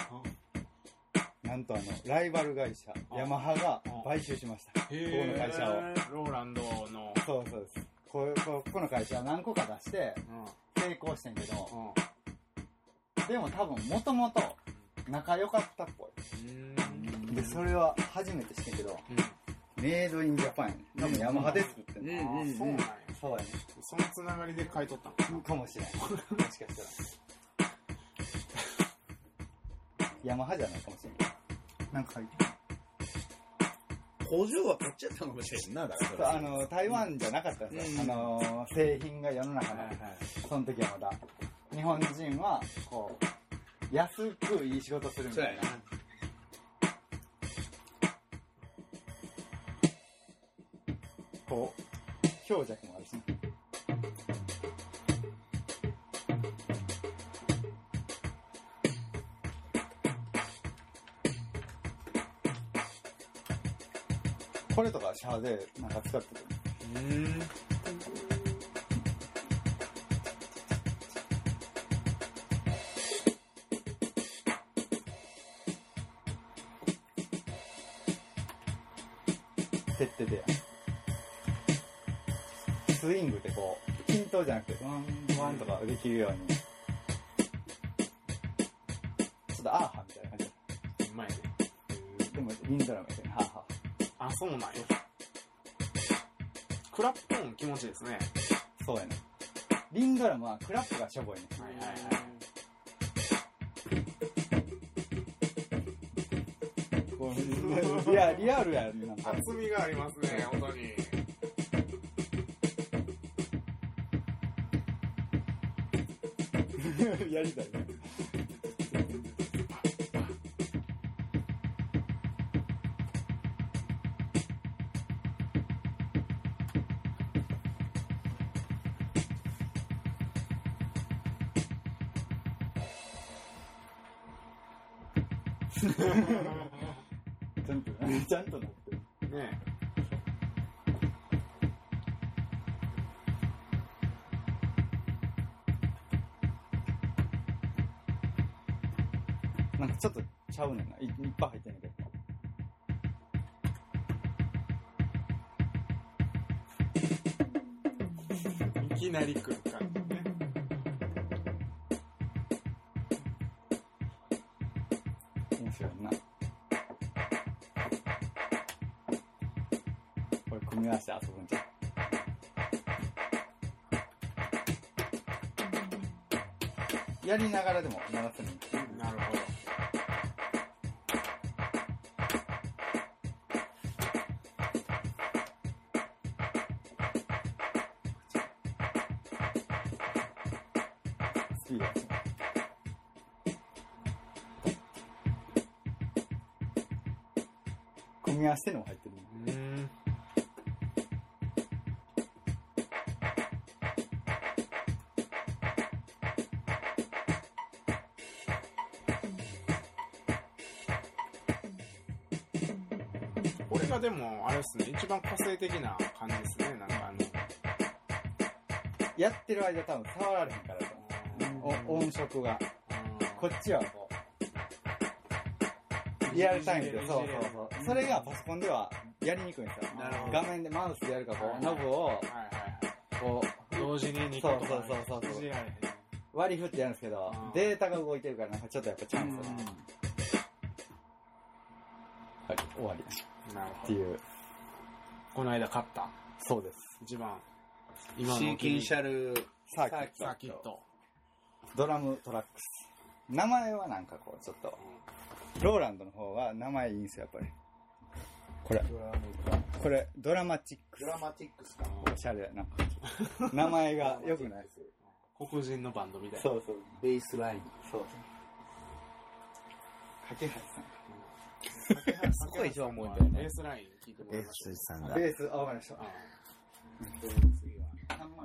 Speaker 1: れ。
Speaker 2: なんとあの、ライバル会社、ヤマハが買収しました。
Speaker 1: へ
Speaker 2: ここの会社
Speaker 1: を。ローランドの。
Speaker 2: そうそうです。こうここの会社は何個か出して
Speaker 1: うん。
Speaker 2: 成功してんけど、
Speaker 1: うん。
Speaker 2: でも多分もともと仲良かったっぽい。で、それは初めてしてんけど、メイドインジャパンやね。多分ヤマハで作ってんの。
Speaker 3: うん
Speaker 1: あそうなんや。
Speaker 2: そうやね。
Speaker 1: そのつながりで買い取ったのかな。
Speaker 2: かもしれない。もしかしたら。ヤマハじゃないかもしれない。なんか入ってる
Speaker 3: 工場は買っちゃったかもしれんな、だか
Speaker 2: そうあの、台湾じゃなかったんですよ。あの、製品が世の中の
Speaker 1: はいはい
Speaker 2: その時はまだ。日本人は、こう、安くいい仕事するみたいな。
Speaker 3: そうや
Speaker 2: こう、強弱もあるしね。これとかシャーでなんか使ってる。
Speaker 1: うん。
Speaker 2: 設定で。スイングってこう、均等じゃなくて、ワン、ワンとかできるように。ちょっとアーハみたいな感じ
Speaker 1: うまいね。
Speaker 2: でも、インドラマやけど、ハーハ
Speaker 1: あ、そうなんや。クラップ音気持ちいいですね。
Speaker 2: ー。そうやね。リンドラマはクラップがしょぼいね。
Speaker 1: はいはいはい。
Speaker 2: こういや、リアルやね。なんか
Speaker 1: 厚みがありますね、音に。
Speaker 2: やりたいね。ちゃんと、 ちゃんとなってる。
Speaker 1: ね
Speaker 2: なんかちょっとちゃうねんな。いいっぱい入ってんねんけど。
Speaker 1: いきなり来る感じね。
Speaker 2: 面白いな。これ組み合わせて遊ぶんじゃん。やりながらでも鳴らせるんだ
Speaker 1: な
Speaker 2: よ
Speaker 1: るほど。
Speaker 2: スピードが違う組み合わせてのも入ってるね。
Speaker 1: うん。これがでも、あれですね、一番個性的な感じですね、なんかあの
Speaker 2: やってる間多分触られへんからさ。お音色が。こっちはこう、リアルタイムで、そうそうそう。それがパソコンではやりにくいんですよ。
Speaker 1: なるほど
Speaker 2: 画面でマウスでやるか、こう、ノブを、
Speaker 1: はいはいはい。
Speaker 2: こ
Speaker 1: 同時に2個とかね
Speaker 2: そうそうそうそう
Speaker 1: いじられへん
Speaker 2: う、割り振ってやるんですけど
Speaker 1: うん、
Speaker 2: データが動いてるから、なんかちょっとやっぱチャンスが。はい、終わり。っ
Speaker 1: なるほ
Speaker 2: て
Speaker 1: ど。
Speaker 2: いう、
Speaker 1: この間買った、
Speaker 2: そうです。
Speaker 1: 一番。
Speaker 3: シーキンシ
Speaker 1: ル
Speaker 3: ャル
Speaker 2: サ
Speaker 3: サ
Speaker 2: ー
Speaker 3: ー
Speaker 2: キ
Speaker 3: キ
Speaker 1: サ
Speaker 2: ッ
Speaker 1: ーキッ
Speaker 2: ト。
Speaker 1: ト。
Speaker 2: ドラムトラックス。名前はなんかこう、ちょっと、ローランドの方は名前いいんですよ、やっぱり。これ、
Speaker 1: ドラムか。
Speaker 2: これ、ドラマチック
Speaker 1: ドラマティックスか
Speaker 2: おしゃれやな。名前が良くない
Speaker 1: な。黒人のバンドみたいな。
Speaker 2: うそう。
Speaker 1: ベースライン。
Speaker 2: そう。かけは
Speaker 1: そ
Speaker 3: こが一番重いんだよね
Speaker 1: ベースライン聞いてもらいましょう。
Speaker 3: さん
Speaker 2: さん。ベース、あ、わかりまし
Speaker 1: あ
Speaker 2: た。
Speaker 1: ー次は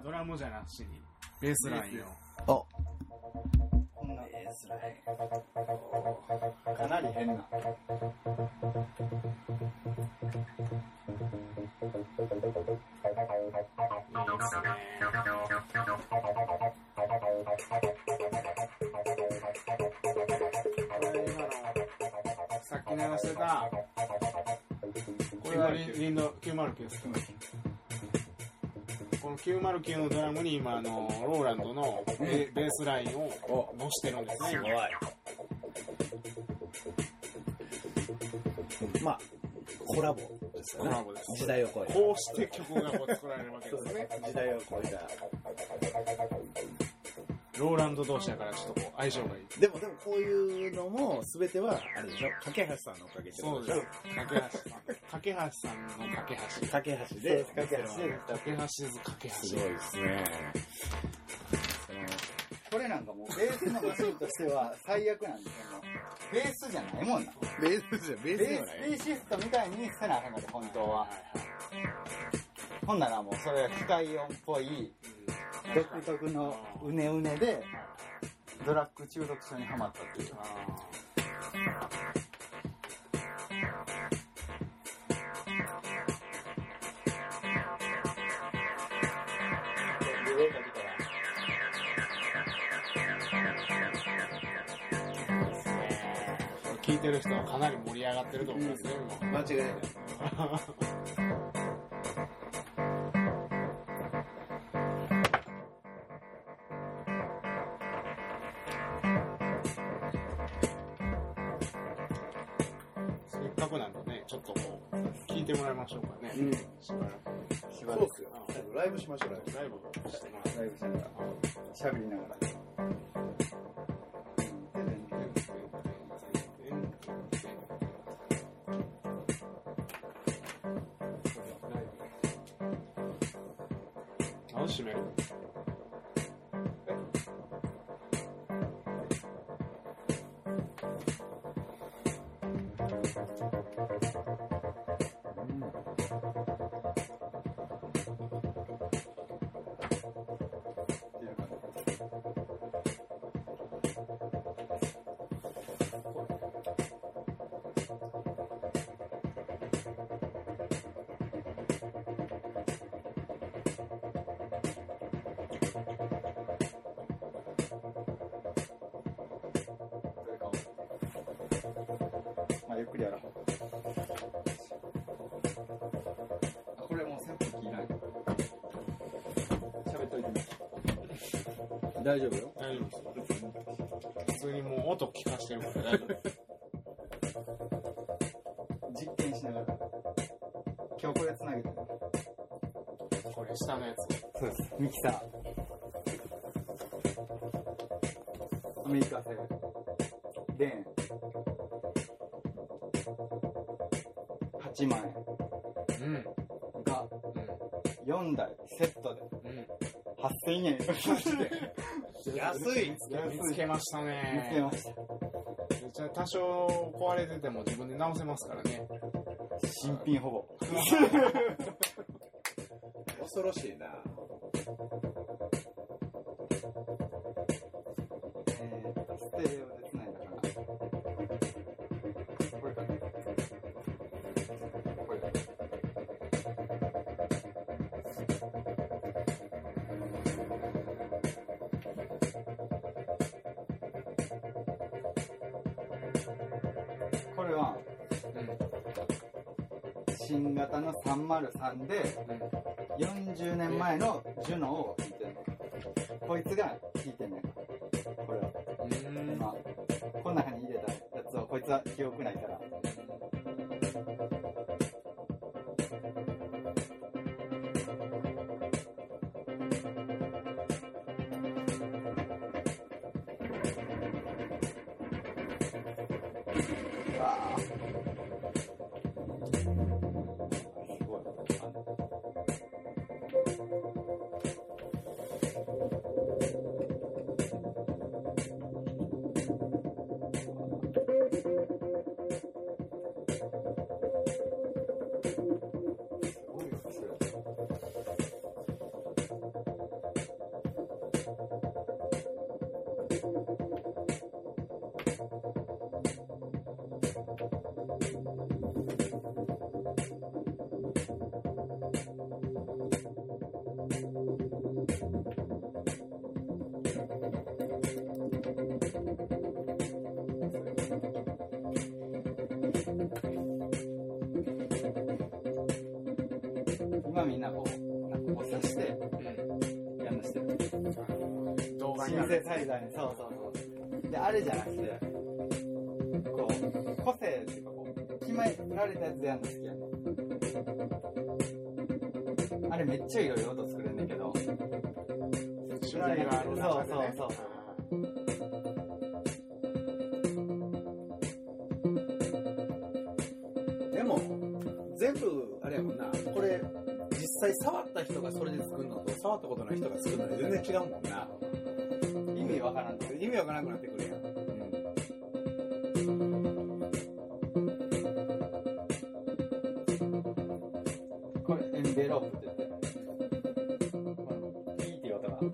Speaker 1: ドラムじゃなしに、ベースラインを。
Speaker 3: お
Speaker 2: こんなベースかなり変な。
Speaker 1: いいですね。これ今のさっき鳴らしてた、これはリンリンド909ですかこの909のドラムに今、あの、ローランドのベベースラインを模してるんですね。今
Speaker 3: まあ、コラボです
Speaker 1: コ
Speaker 3: よね。
Speaker 1: ラボです。
Speaker 3: 時代を超えた。
Speaker 1: こうして曲がこう作られるわけですね。
Speaker 3: 時代を超え
Speaker 1: ローランド同士だからちょっとこう相性がいい。
Speaker 3: た。でも、でもこういうのも、すべては、あれでしょ架橋さんのおかげってこ
Speaker 1: そ
Speaker 3: と
Speaker 1: うです。架橋さん。架橋さんの架橋。
Speaker 3: 架
Speaker 2: そう
Speaker 3: 橋で、
Speaker 2: です架橋で
Speaker 1: 架橋ず架橋。
Speaker 3: すごいですね。
Speaker 2: これなんかもう、ベースのマシンとしては最悪なんですよ。もうベースじゃないもんな。
Speaker 3: ベースじゃ、ベ
Speaker 2: ベ
Speaker 3: ー
Speaker 2: ー
Speaker 3: ス
Speaker 2: ス
Speaker 3: じゃ、
Speaker 2: ベーシストみたいにせなあかんかった、本当は。ほんならもう、それは機械音っぽい、独特のうねうねで、ドラッグ中毒症にはまったっていう。
Speaker 1: 聞いてる人はかなり盛り上がってると思いますね、
Speaker 3: 間違いない。
Speaker 1: せっかくなんでね、ちょっとこう、聞いてもらいましょうかね。
Speaker 3: うん
Speaker 1: しばらく。
Speaker 2: しば
Speaker 3: そ
Speaker 2: ら
Speaker 3: う
Speaker 2: く
Speaker 3: っすよ。ライブしましょう、ライ
Speaker 1: ライブをしてもらって。
Speaker 2: ライブしながら、喋りながら。
Speaker 1: あ、閉める。
Speaker 2: まあ、ゆっくりやろう。あこれもう扇風機いらん。喋っといてね
Speaker 3: ブ。大丈夫よ。
Speaker 1: 大丈夫です。普通にもう音聞かしてるから大丈夫です。
Speaker 2: 実験しながら。今日これつなげてね。
Speaker 1: これ下のやつ。
Speaker 2: そうです。ミキサー。アメリカ製。レーン。8万円
Speaker 1: うん。うん。
Speaker 2: が4台セットで
Speaker 1: うん。
Speaker 2: 8000円。
Speaker 3: 安い
Speaker 1: 見つけました
Speaker 2: 見つけ
Speaker 1: ね。
Speaker 2: まし
Speaker 1: じ
Speaker 2: た。
Speaker 1: ゃあ多少壊れてても自分で直せますからね。
Speaker 2: 新品ほぼ。
Speaker 3: 恐ろしいな。
Speaker 2: えー、ステレオでつないだから。これかな。これかな。これは
Speaker 1: うん。
Speaker 2: 新型の303で
Speaker 1: うん。
Speaker 2: 40年前のジュノを弾いてるこいつが弾いてんねんこれは
Speaker 1: うん。
Speaker 2: まあ、この中に入れたやつをこいつは記憶ないから。うわでやるのしてる。
Speaker 1: うん動画
Speaker 2: シ
Speaker 1: に
Speaker 2: ン
Speaker 1: あ
Speaker 2: セ
Speaker 1: る
Speaker 2: サイザーに、そうそうそう。で、あれじゃなくて、こう、個性っていうかこう、決められたやつでやるの好きやねんあれめっちゃいろいろ音作れんねんけど、
Speaker 1: 種類がある中でね
Speaker 2: そうそう
Speaker 3: でも、全部、あれやもんな、これ、実際触った人がそれで作るのと、触ったことない人が作るので全然違うもんな。
Speaker 2: 意味わからんけど、
Speaker 3: 意味わからなくなってくるやん。
Speaker 2: これエンベロープって言って、このピーっていう音が、こ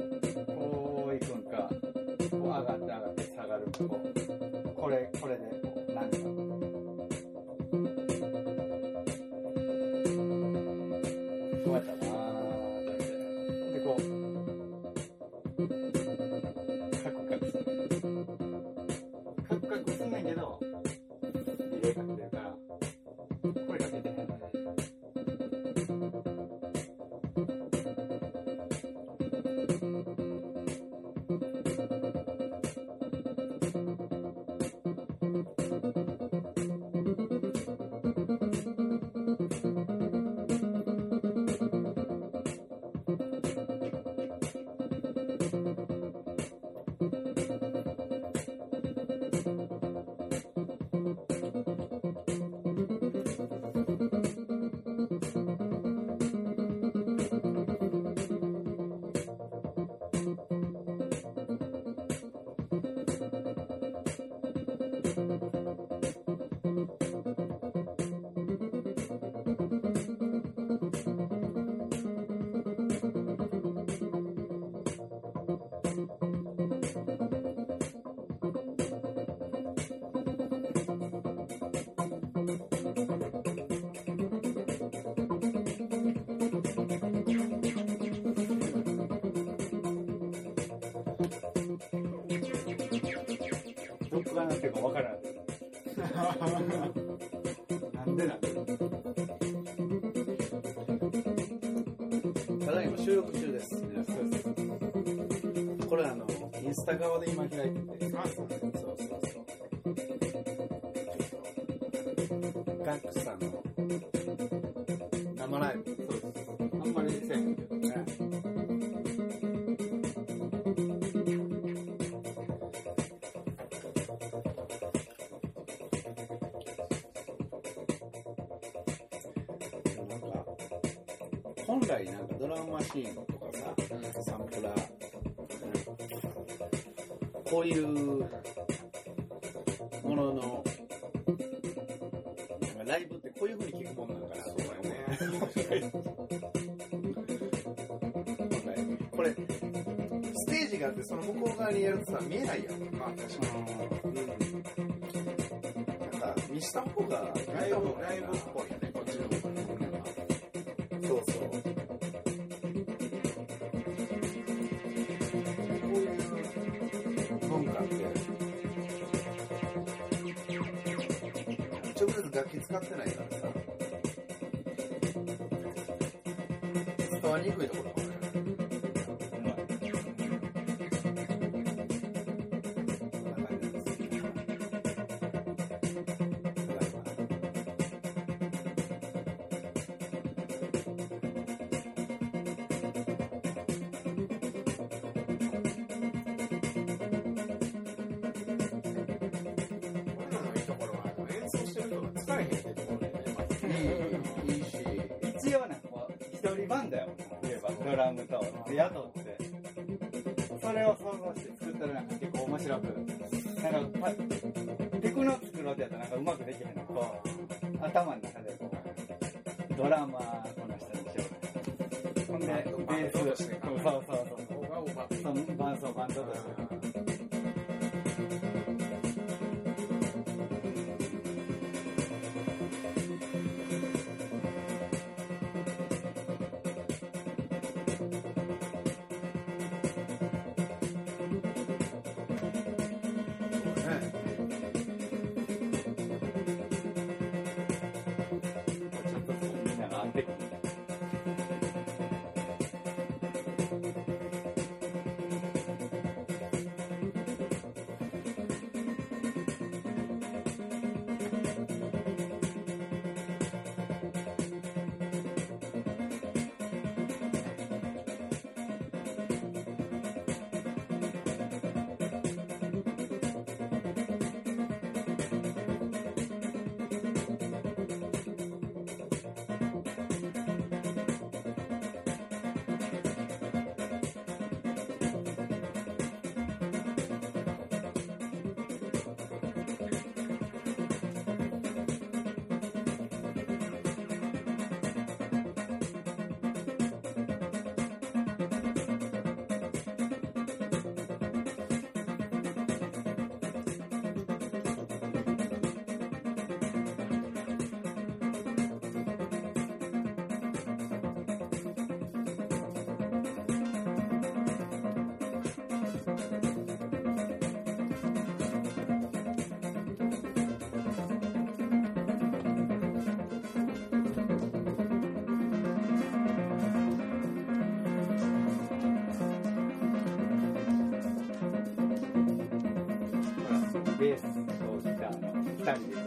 Speaker 2: ういくんか、こう上がって上がって下がるんか、こう、これ、これで、こう、なんか、こうやったなーってやってで、こう、カクカクする。カクカクすんねんけど、リレーかけてるから、声かけてへん。どこがなってるかわからん。なんでなんで
Speaker 3: ただいま収録中です。皆さんこれあの、インスタ側で今開いてて。
Speaker 1: あそうね
Speaker 3: そうそうそう。ガックさんの生ライブ。
Speaker 2: あんまりせえへんけどね。
Speaker 3: なんか、本来なんかドラムマシーンとかさ、サンプラー、こういうものの、なんかライブってこういう風に聞くもんなんかなと思うよね。 これ、ステージがあってその向こう側にやるとさ、見えないやん。
Speaker 1: まあ確か
Speaker 3: なんか、見した方が、
Speaker 1: にライブライブっぽいよねこっちの方が
Speaker 3: そうそう。こういう文化って、直接楽器使ってないからさ、伝わりにくいところかもね。こんな感じなんですよただいま
Speaker 1: 俺らのいいところはあの演奏してる人が疲れへんってところでねまず
Speaker 3: いいいいし、
Speaker 2: 一応なんかこう、一人バンだよ。言えば、ドラムと、で、雇って。それを想像して作ったらなんか結構面白く。なんか、まテクノ作ろうってやったらなんかうまくできへんのこう、頭の中でこう、ドラマーこの人にしよう。ほんで、ベース、そうそうそう。
Speaker 1: ここがうまくい
Speaker 2: その伴奏バンドとして。ちょっとみんなが合ってくるみたいな。たんで